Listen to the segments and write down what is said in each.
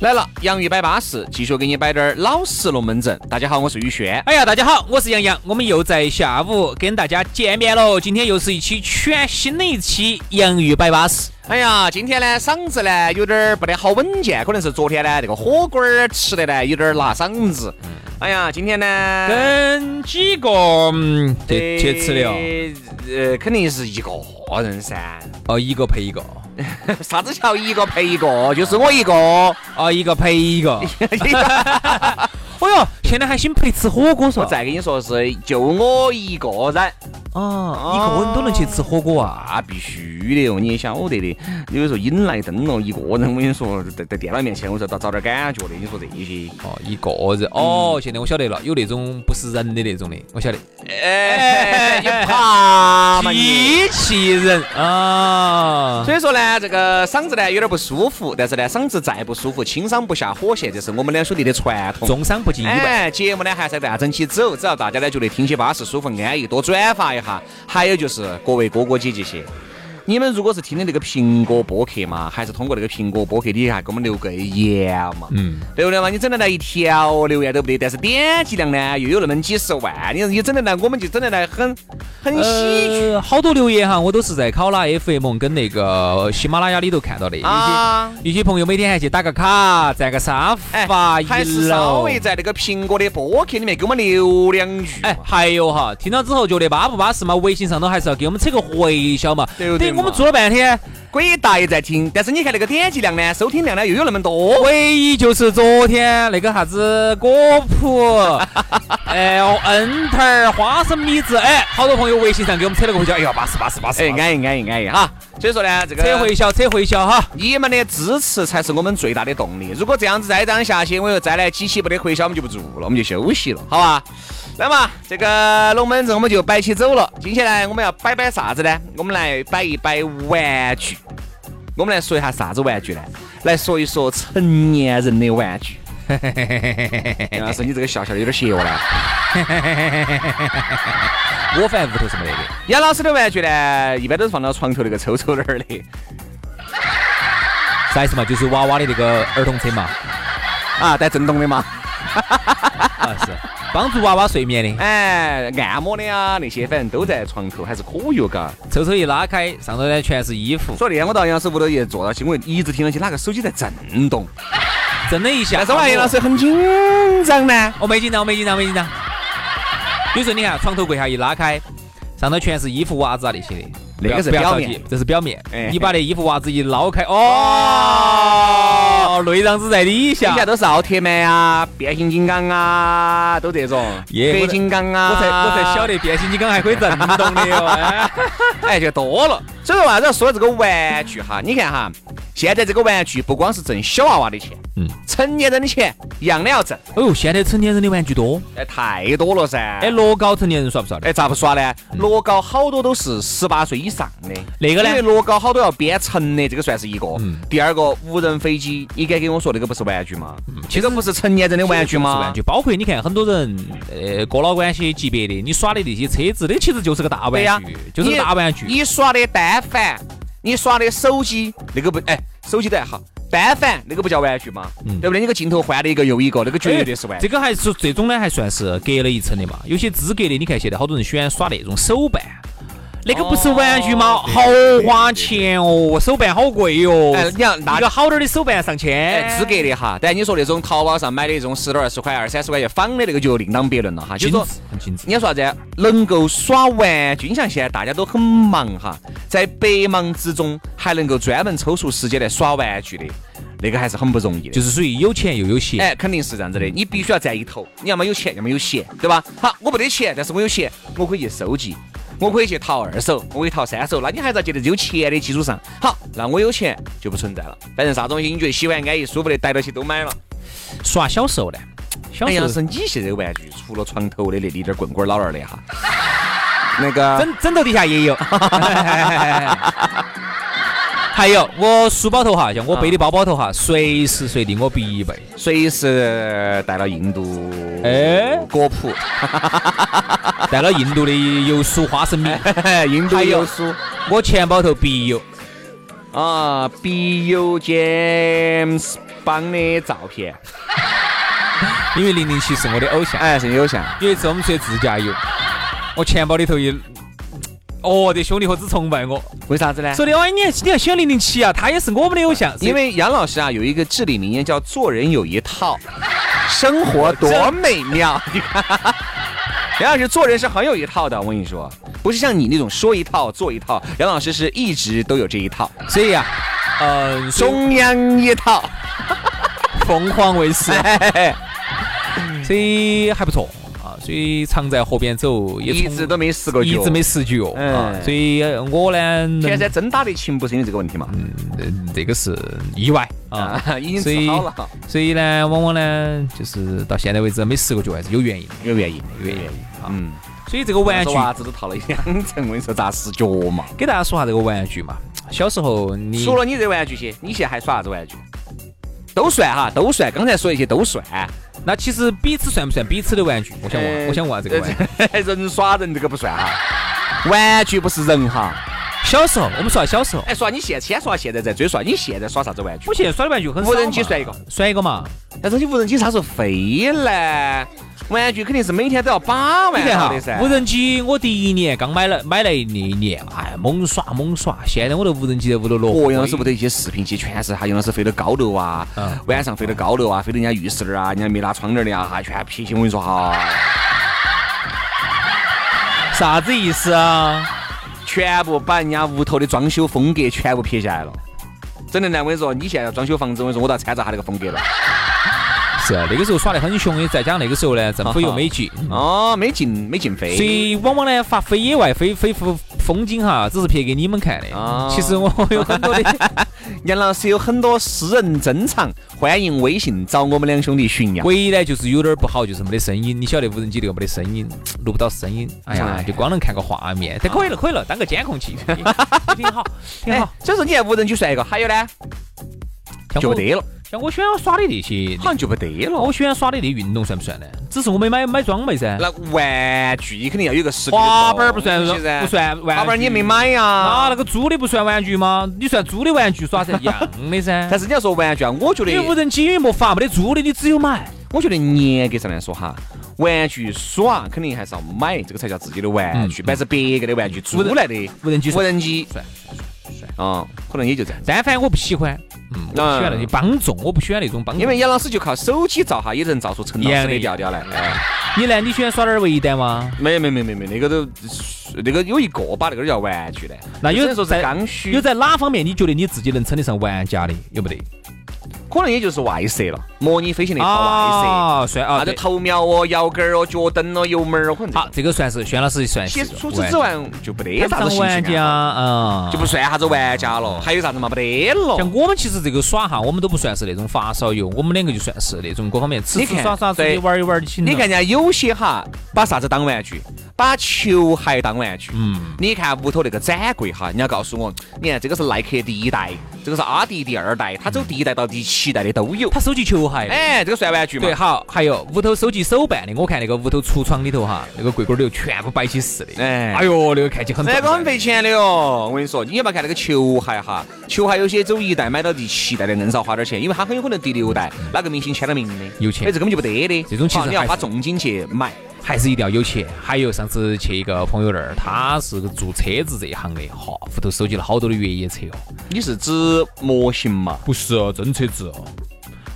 来了，杨宇摆巴适，继续给你摆点儿老实龙门阵。大家好，我是宇轩。哎呀，大家好，我是杨洋，我们又在下午跟大家见面喽。今天又是一期全新的一期洋芋摆巴士。哎呀，今天呢嗓子呢有点儿不得好稳健，可能是昨天呢这个火锅儿吃的呢有点儿辣嗓子。哎呀，今天呢跟几个嗯去去吃的哦？呃，呃肯定是一个人噻。 哦，一个配一个，啥子叫一个陪一个？就是我一个。 哦，一个配一个。哦哟，现在还兴配吃火 锅嗦我？再跟你说是，就我一个人。啊，一个人都能去吃火锅啊？啊，必须的哦，你也晓得的。有时候引来灯了，一个人，我跟你说，在在电脑面前，我说找找点感觉的。你说这些，哦，一个人哦，现在我晓得了，有那种不是人的那种的，我晓得，哎，你怕嘛你？机器人啊，所以说呢，这个嗓子呢有点不舒服，但是呢，嗓子再不舒服，轻伤不下火线，这是我们两兄弟的传统。重伤不及一败。哎，节目呢还是要大家整起走，只要大家呢觉得听起巴适、舒服、安逸，多转发一下。还有就是各位哥哥姐姐些，你们如果是听的那个苹果播客嘛，还是通过那个苹果播客底下给我们留个言嘛，嗯，对不对嘛？你整得来一条留言都不得，但是点击量呢又有那么几十万，你你整得来我们就整得来很很喜剧、呃，好多留言哈，我都是在考拉 FM 跟那个呃喜马拉雅里头看到的。有些、啊有些朋友每天还去打个卡，占个沙哎发，，还一是稍楼。微在那个苹果的播客里面给我们留两句。哎，，还有哈，听了之后觉得巴不巴适嘛？微信上头还是要给我们扯个回销嘛。对不对等于我们嘛做了半天，鬼大爷在听，但是你看那个点击量呢，收听量呢又有那么多。唯一就是昨天那个啥子果脯， 哎，恩特儿、花生米子，哎，好多朋友微信上给我们扯了个回销，哎呀，巴适巴适巴适哎，巴适，安逸安逸安逸哈！所以说呢，这个扯回销扯回销哈。你们的支持才是我们最大的动力。如果这样子再这样下去，我又再来几期不得回销，我们就不做了，我们就休息了，好吧？那么这个龙门阵我们就摆起走了。今天呢，我们要摆摆啥子呢？我们来摆一摆玩具。我们来说一下啥子玩具呢？来说一说成年人的玩具。杨老师，你这个笑笑的有点邪恶呢。我反正屋头是没得的。杨老师的玩具呢，一般都是放到床头那个抽抽那儿的。啥意思嘛？就是娃娃的那个儿童车 嘛，啊，带震动的嘛，啊是，帮助娃娃睡眠的。哎，按摩的啊，那些反正都在床头，还是可以哦嘎。抽抽一拉开，上头呢全是衣服，所以那天我到杨老师屋头一坐到起，我一直听到起哪个手机在震动，震了一下。哦但是我看杨老师很紧张呢。我没紧张，我没紧张，没紧张。有时候你看床头柜下一拉开，上头全是衣服、袜子啊那些的。那个是不要表着面急，这是表面哎。你把那衣服、袜子一捞开，哦，内脏子在底底下下。都是奥特曼啊、变形金刚啊，都这种，耶黑金刚啊，我才我才晓得变形金刚还可以震动的 哟。哎哎，就多了。所以说嘛，要说到这个玩具哈，你看哈，现在这个玩具不光是挣小娃娃的钱，嗯，成年人的钱一样的要挣，哦呦，现在成年人的玩具多。哎，太多了噻。哎，乐高成年人耍不耍的？哎，咋不耍呢？乐高好多都是十八岁以上的，那个呢因为乐高好多要编程的，这个算是一个。嗯第二个无人飞机，你敢跟我说那个不是玩具吗？其这个不是成年人的玩具吗？是玩具，包括你看很多人，呃，哥老关系级别的，你耍的那些车子，那其实就是个大对呀玩具，就是个大玩具。哎你你耍的单反，你耍的手机，那个不哎，手机都还好，单反那个不叫玩具吗？嗯哎对不对？你个镜头换了一个又一个，那个绝对是玩具。这个还是这种呢，还算是隔了一层的嘛。有些资格的，你看现在好多人喜欢耍那种手办，那个不是玩具吗？哦好花钱哦，手办好贵哟。哎，你要拿一个好点儿的手办上千，哎，资格的哈，但你说那种淘宝上买的那种十多二十块、二三十块钱仿的那个就另当别论了哈。就精是致说，很精致。你要说啥子？能够耍玩具，你像现在大家都很忙哈，在百忙之中还能够专门抽出时间来耍玩具的，那个还是很不容易的。就是属于有钱又有闲，哎，肯定是这样子的，你必须要占一头，你要么有钱，要么有闲，对吧？好，我没得钱，但是我有闲，我可以去收集，我可以去淘二手，我可以淘三手，那你还是要觉得有钱的基础上，好，那我有钱就不存在了。反正啥东西你觉得喜欢、安逸、舒服的，逮到起都买了。耍小时候呢，小哎，时杨候生，你现在的玩具除了床头的那那点棍棍儿老二的 哈，那个枕枕头底下 也有。还有我书包头哈，像我背的包包头哈，随时随地我必备。随时带了印度哎果脯，带了印 度的油酥花生米，印度还有油酥，我钱包头必有啊，笔友 James 邦的照片，因为零零七是我的偶像。哎，是你偶像。有一次我们去自驾游，我钱包里头一，哦，这兄弟伙子崇拜我，为啥子呢？说的哦，你你要选零零七啊，他也是我们的偶像，因为杨老师啊有一个至理名言叫“做人有一套，生活多美妙”。你看，杨老师做人是很有一套的，我跟你说，不是像你那种说一套做一套。杨老师是一直都有这一套，所以啊，嗯， 中中央一套。 凤凰卫视，嘿嘿嘿哎所以还不错啊，所以常在河边走，也一从直都没失过一脚，直没。失脚啊嗯，所以我呢，能现在真打得勤不是因为这个问题嘛？嗯这个是意外啊啊，， 已经所治以好了，所以呢，往往呢，就是到现在为止没失过脚还是有原因的，有原因，有原因啊。嗯，所以这个玩具，娃子都套了两层，我跟你说咋失脚嘛？给大家说下这个玩具嘛。小时候你除了你这玩具些，你现在还耍啥子玩具？都算哈，都算。刚才说一些都算。那其实彼此算不算彼此的玩具？我想哎问，我想问下这个玩具。呃人耍人这 个不算哈，玩具不是人哈。小时候我们说下小时候，哎，说你现在先说现在再追说你现在耍啥子玩具我？现在耍的玩具很少无嘛人机算一个，算一个嘛。但是你无人机啥时候飞呢？玩具肯定是每天都要把你玩啊看好哈的噻。，无人机我第一年刚买了买来那一年，哎，猛耍猛耍。现在我都无人机在屋头落灰。哦，杨老师不得一些视频机，全是哈，杨老师飞到高楼啊嗯，晚上飞到高楼啊，飞到人家浴室那儿啊，人家没拉窗帘的啊，哈，全撇起。我跟你说哈，啥子意思啊？全部把人家屋头的装修风格全部撇下来了。真的呢，我跟你说，你现在要装修房子，我跟你说，我都要参照他那个风格了。是啊那个时候耍得很凶，再加上那个时候呢，政府又没劲。 哦，没进没进飞。所以往往呢发飞野外飞飞风风景哈，只是拍给你们看的。哦其实我有很 多的杨老师有很多私人珍藏，欢迎微信找我们两兄弟寻阳。唯一呢就是有点儿不好，就是没得声音。你晓得无人机那个没得声音，录不到声音，哎呀哎，啊就光能看个画面。但可以了，可以了，当个监 控器也挺好，挺哎好。，所以说你看无人机算一个，还有呢，像就我没得了，像我喜欢耍的那些，好像就没得了。我喜欢耍的那运动算不算呢？只是我没买买装备噻。那玩具肯定要有个实体的滑板儿不算东西哦噻不算玩具，滑板儿你也没买啊，呀那。个猪的不算玩具吗？你算猪的玩具耍是一 样的噻但。是你要说玩具啊，我觉因为无得，人机因为没法，没得猪的，你只有买。我觉得严格上来说哈，玩具耍肯定还是要买，这个才叫自己的玩具，但是别个的玩具租来的无人机无人机算，啊，可能也就这样。但凡我不喜欢，嗯，我不喜欢那些帮众，我不喜欢那种帮众。因为杨老师就靠手机照哈，也能照出陈老一师样的的调调来。哎你呢？你喜欢耍点儿围单吗？没没没没没，那个都那个有一个把那个叫玩具的，那有只能说是在刚需，有在哪方面你觉得你自己能称得上玩家的？有没得？可能也就是外设了，模拟飞行那一套外算设，啥啊，子对头瞄哦、摇杆儿哦、脚蹬哦、油门儿哦，可能这好个。，这个算是轩老师算其是实个除此之玩外就没家，得啥子称得上兴玩趣家爱好，啊，就不算啥子玩家了。还有啥子嘛？没得了。像我们其实这个耍哈，我们都不算是那种发烧友，我们两个就算是那种各方面吃你吃看耍耍，出对去玩一玩就行了。你看人家有些哈，把啥子当玩具，把球鞋当玩具。嗯，你看屋头那个展柜哈，人家告诉我，你看这个是耐克第一代，这个是阿迪第二代，它走第一代到第七代的都有。他收集球鞋的。哎，这个算玩具嘛？嗯对，好，还有屋头收集手办的，我看那个屋头橱窗里头哈，那个柜柜儿里头全部摆起是的。哎哎呦，那个看起很壮那观。个很费钱的哟，我跟你说，你也不要看那个球鞋哈，球鞋有些走一代买到第七代的，硬是要花点钱，因为它很有可能第六代哪个明星签了名的，嗯有钱哎，这根本就不得的。这种其实好你要还是花重金去买，还是一定要有钱。还有上次去一个朋友那儿，他是个做车子这一行的，哈，屋头收集了好多的越野车哦。你是指模型嘛？不是哦，真车子哦，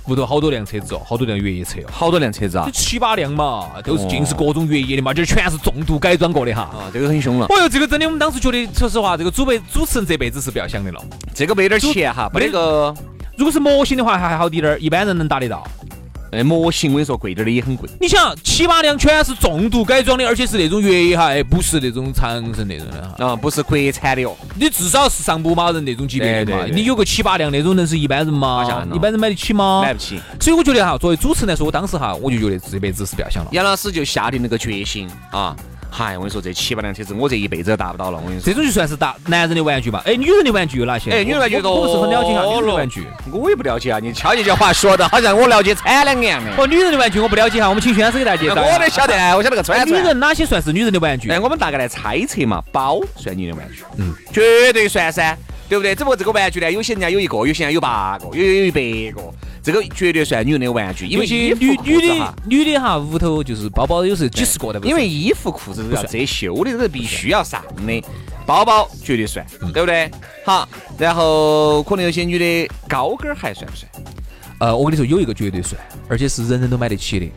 屋头好多辆车子哦，好多辆越野车哦。好多辆车子啊就！七八辆嘛，都是尽是各种越野的嘛，而且全是重度改装过的哈。啊，这个很凶了，哦哟，这个真的，我们当时觉得，说实话，这个主辈主持人这辈子是不要想的了。这个没点钱哈，没没那个，如果是模型的话，还还好滴点儿，一般人能达得到。哎，模型我跟你说贵点儿的也很贵。你想，七八辆全是重度改装的，而且是那种越野哈，哎，不是那种长城那种的哈，啊，不是国产的哦，你至少是上五马人那种级别的嘛。对对对你有个七八辆那种，能是一般人吗好吓人？哦一般人买得起吗？买不起。所以我觉得哈，作为主持人来说，我当时哈，我就觉得这辈子是不要想了。杨老师就下定了个决心啊，嗨，我跟你说，这七八辆车子我这一辈子都达不到了，我跟你说。这种就算是大男人的玩具吧。哎，女人的玩具有哪些？哎，女人玩具我多，我不是很了解哈，女人的玩具。，我也不了解啊。你瞧你这话说的，好像我了解惨了一样的。哦，女人的玩具我不了解哈，我们请轩师给大家介绍一下。我都晓得，我晓得个哎穿女穿。人哪些哎算是女人的玩具哎，？我们大概来猜测嘛，包算女人玩具，嗯，绝对算噻。对不对？只不过这个玩具呢，有些人家有一个，有些人家有八个，有有有一百个，这个绝对算女人的玩具，因为尤衣服其女女裤子的哈女的哈，屋头就是包包有时候几十个的，因为衣服、裤子都要遮羞的，这个必须要上的。包包绝对算，对不对？好，然后可能有些女的高跟儿还算不算？呃，我跟你说有一个绝对算，而且是人人都买得起的，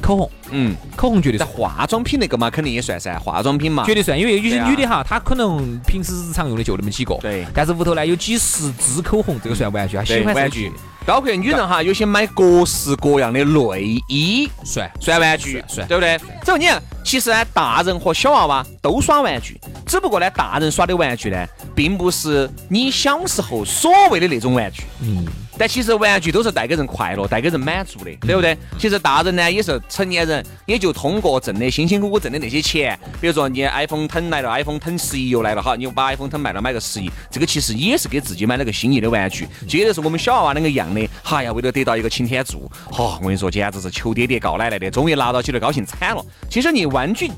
口红，嗯，口红绝对在算。化妆品那个嘛，肯定也算噻，化妆品嘛。绝对算，因为有些对啊女的哈，她可能平时日常用的就那么几个，对但是屋头呢有几十支口红，这个算玩具，啊她喜对欢玩玩具具，，包括女人哈，有些买各式各样的内衣，算算玩具，算算对不对？这个你看，其实呢，大人和小娃娃都耍玩具，只不过呢，大人耍的玩具呢，并不是你小时候所谓的那种玩具。嗯，但其实玩具都是带给人快乐、带给人满足的，对不对？其实大人呢，也是成年人，也就通过挣的辛辛苦苦挣的那些钱，比如说你 iPhone 10来了，iPhone 10十一又来了，哈，你把 iPhone 10卖了，买个十一，这个其实也是给自己买了个心仪的玩具，接着是我们小娃娃那个样的，哈呀，为了得到一个擎天柱，哈、我跟你说，简直是求爹爹告奶奶的，终于拿到起来，高兴惨了。其实你玩具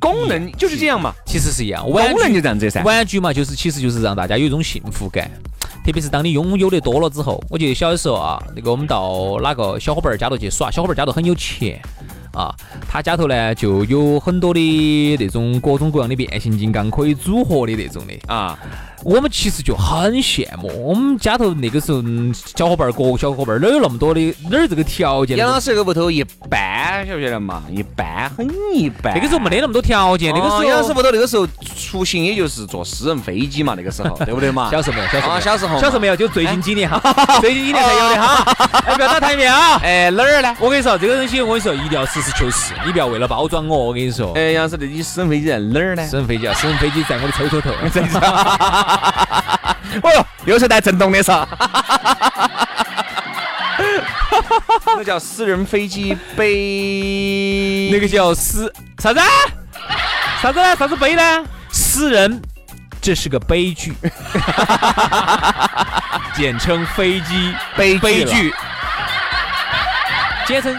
功能就是这样嘛，其实是一样，功玩能就具这样子噻。玩具嘛，就是其实就是让大家有一种幸福感。特别是当你拥有的多了之后，我记得小的时候啊，那个我们到哪个小伙伴儿家头去耍，小伙伴儿家头很有钱啊，他家头呢就有很多的那种各种各样的变形金刚可以组合的那种的，啊，我们其实就很羡慕，我们家头那个时候嗯小伙伴儿，各个小伙伴儿哪有那么多的，哪儿这个条件？杨那老个师这个屋头一般，晓不晓得嘛？一般，很一般。那个时候没得那么多条件，哎那个时候哦杨老师屋头那个时候出行也就是坐私人飞机嘛，那个时候对不对 嘛？小时候没有，小时候没啊有小时候嘛哦小时候没有，就最近几年哈， 最近几年才有的哈，哎，不要打台面啊！哎哪儿呢？我跟你说，这个东西我跟你说，一定要实事求是，你不要为了包装我，我跟你说，哎，杨老师，那你私人飞机在哪儿呢？私人飞机啊，私人飞机在我的抽抽头，哦哟，又是带震动的噻。 那叫私人飞机杯， 那个叫私啥子啊？啥子呢？啥子杯呢？私人，这是个悲剧，简称飞机悲悲剧剧，简称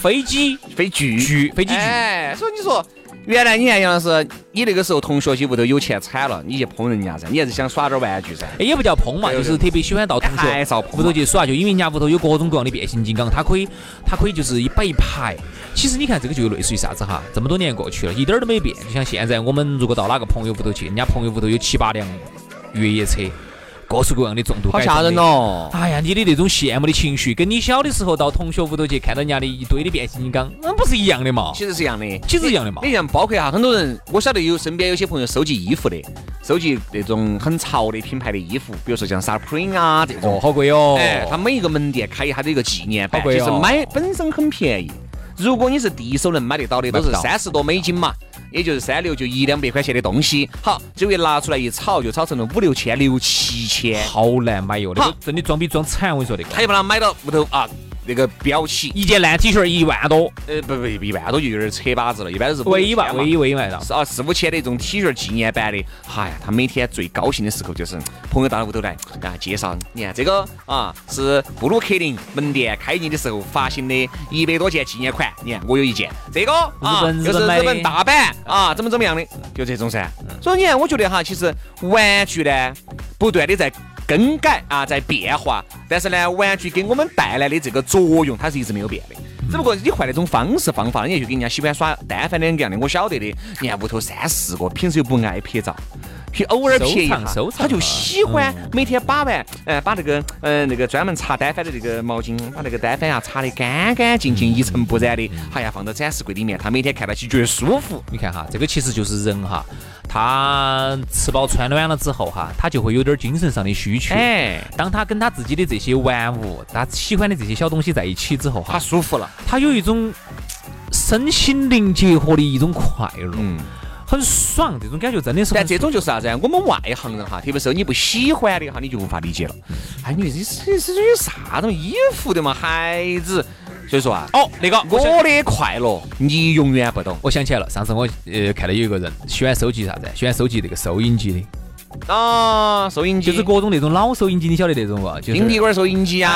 飞机了飞剧剧飞机剧。哎，所以你说，原来你看杨老师，你那个时候同学些屋头有钱惨了，你去碰人家噻，你还是想耍点玩具噻。哎也不叫碰嘛，对就是特别喜欢到同还学是要碰嘛哎屋头去耍，就因为人家屋头有各种各样的变形金刚，它可以，它可以就是一摆一排。其实你看这个就类似于啥子哈，这么多年过去了，一点儿都没变。就像现在我们如果到哪个朋友屋头去，人家朋友屋头有七八辆越野车，各式各样的重度好改装吓人的哦！ 哎呀，你的那种羡慕的情绪，跟你小的时候到同学屋头去看到人家的一堆的变形金刚，嗯那不是一样的嘛？其实是一样的，其实一样的嘛你像包括哈，很多人我晓得有身边有些朋友收集衣服的，收集那种很潮的品牌的衣服，比如说像 Supreme 啊这哦，种。好贵哦！哎，他每一个门店开一下都有一个纪念版，好贵其哦实买本身很便宜。如果你是第一手能买得到的，都买是不到三十多美金嘛，也就是三六就一两百块钱的东西。好，结果一拿出来一炒，就炒成了五六千、六七千。好难买哟，那好个真的装逼装惨，我跟你说那个，他就把它买到屋头啊，那个裱起，一件烂 T 恤一万多，呃，不不，一万多就有点扯把子了，一般都是五唯六一千嘛吧，唯一唯一买到。是啊，四五千的一种 T 恤纪念版的，哎呀，他每天最高兴的时候就是朋友到他屋头来，给他介绍，你看这个啊是布鲁克林门店开业的时候发行的一百多件纪念款，你看我有一件，这个啊日本嗯又日是本买日的本大阪啊，怎么怎么样的，就这种噻。所以你看，我觉得哈，其实玩具呢，不断的在。更改啊，在变化，但是呢，玩具给我们带来的这个作用，它是一直没有变的。嗯只不过你换那种方式方法，人家就跟人家喜欢耍单反两个样的，我晓得的。你看屋头三四个，平时又不爱拍照，去偶尔拍一下收藏收，藏他就啊喜欢每天把玩，呃，把那个呃那个专门擦单反的这个毛巾，把那个单反呀擦得干干净净、一尘不染嗯的，哎呀，放到展示柜里面，他每天看到起觉得舒服。你看哈，这个其实就是人哈，他吃饱穿暖了之后哈，他就会有点精神上的需求。哎，当他跟他自己的这些玩物，他喜欢的这些小东西在一起之后他哈，舒服了。他有一种身心灵结合的一种快乐，嗯，很爽，这种感觉真的是很但这种就是啥子啊？我们外行人哈，特别是你不喜欢的哈，你就无法理解了。嗯哎，你这这这有啥子衣服的嘛，孩子？所以说啊，哦，那个我想我的快乐你永远不懂我想起来了，上次我呃看到有一个人喜欢收集啥子，喜欢收集那个收音机的，啊！收音机就是各种那种老收音机，你晓得那种不？就是冰滴管收音机哎，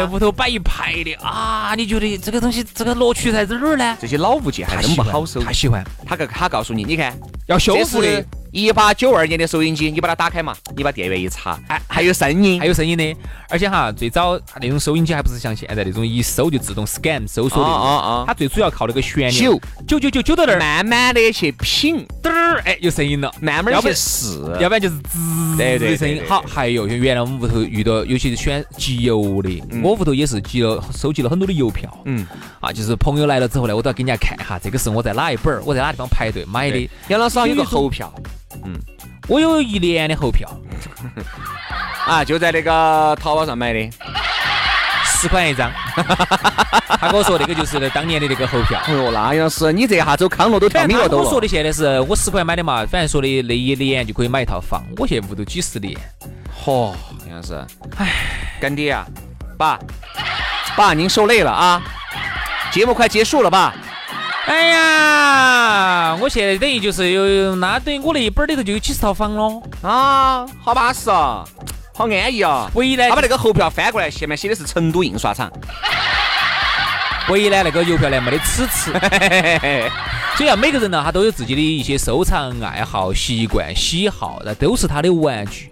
啊，屋头摆一排的啊，你觉得这个东西这个乐趣在哪儿呢？这些老物件还真不好收他。喜欢他告他告诉你，你看要修这复是的，一八九二年的收音机，你把它打开嘛，你把电源一插，哎，还有声音，还有声音的，而且哈，最早那种收音机还不是像现在那种一搜就自动 scan 搜索的，啊啊啊它最主要靠那个旋钮，九九九九到那儿，慢慢的去品，嘚儿，哎，有声音了，慢慢要地去不然试。要不然就是滋对对的声音对。对好，还有就原来我们屋头遇到，尤其是选集邮的，我屋头也是集了收集了很多的邮票。嗯，啊，就是朋友来了之后呢，我都要给人家看哈，这个是我在哪一本儿，我在哪地方排队买的对。杨老师好像有个有一种猴票嗯我有一年的猴票，啊，就在那个淘宝上买的。十块钱 一张。他跟我说那个就是当年的那个猴 票。哎呦，那杨老师，你这下走康乐都跳反米正乐他跟都我说了。的现在是我十块买的嘛，反正说的那一年就可以买一套房，我现在屋头几十年。嚯，杨老师，哎，干爹啊，爸，爸您受累了啊，节目快结束了吧？哎呀，我现在等于就是有，那等于我那一本儿里头就有几十套房喽。啊，好巴适啊，好安逸啊。唯一呢他，把那个猴票翻过来，前面写的是成都印刷 厂。唯一呢，那个邮票呢没得尺尺。所以啊，每个人呢，他都有自己的一些收藏爱好、习惯、喜好，那都是他的玩具。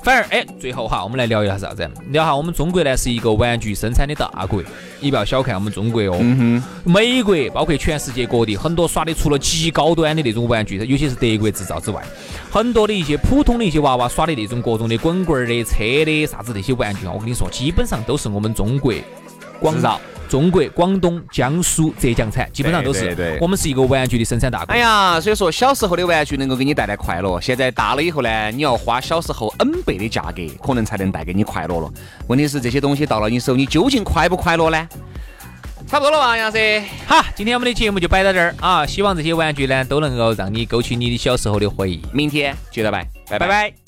反而，哎，最后哈，我们来聊一下啥子？聊哈，我们中国呢是一个玩具生产的大国，你不要小看我们中国哦。嗯哼，美国包括全世界各地很多耍的，除了极高端的那种玩具，尤其是德国制造之外，很多的一些普通的一些娃娃耍的那种各种的滚棍儿的、车的啥子那些玩具啊，我跟你说，基本上都是我们中国广制造中国广东、江苏、浙江产，基本上都对是对对我们是一个玩具的生产大国。哎呀，所以说小时候的玩具能够给你带来快乐，现在大了以后呢，你要花小时候 N 倍的价格，可能才能带给你快乐了。问题是这些东西到了你手，你究竟快不快乐呢？差不多了吧，杨老师？好，今天我们的节目就摆到这儿啊，希望这些玩具呢都能够让你勾起你的小时候的回忆。明天接着拜，拜拜拜拜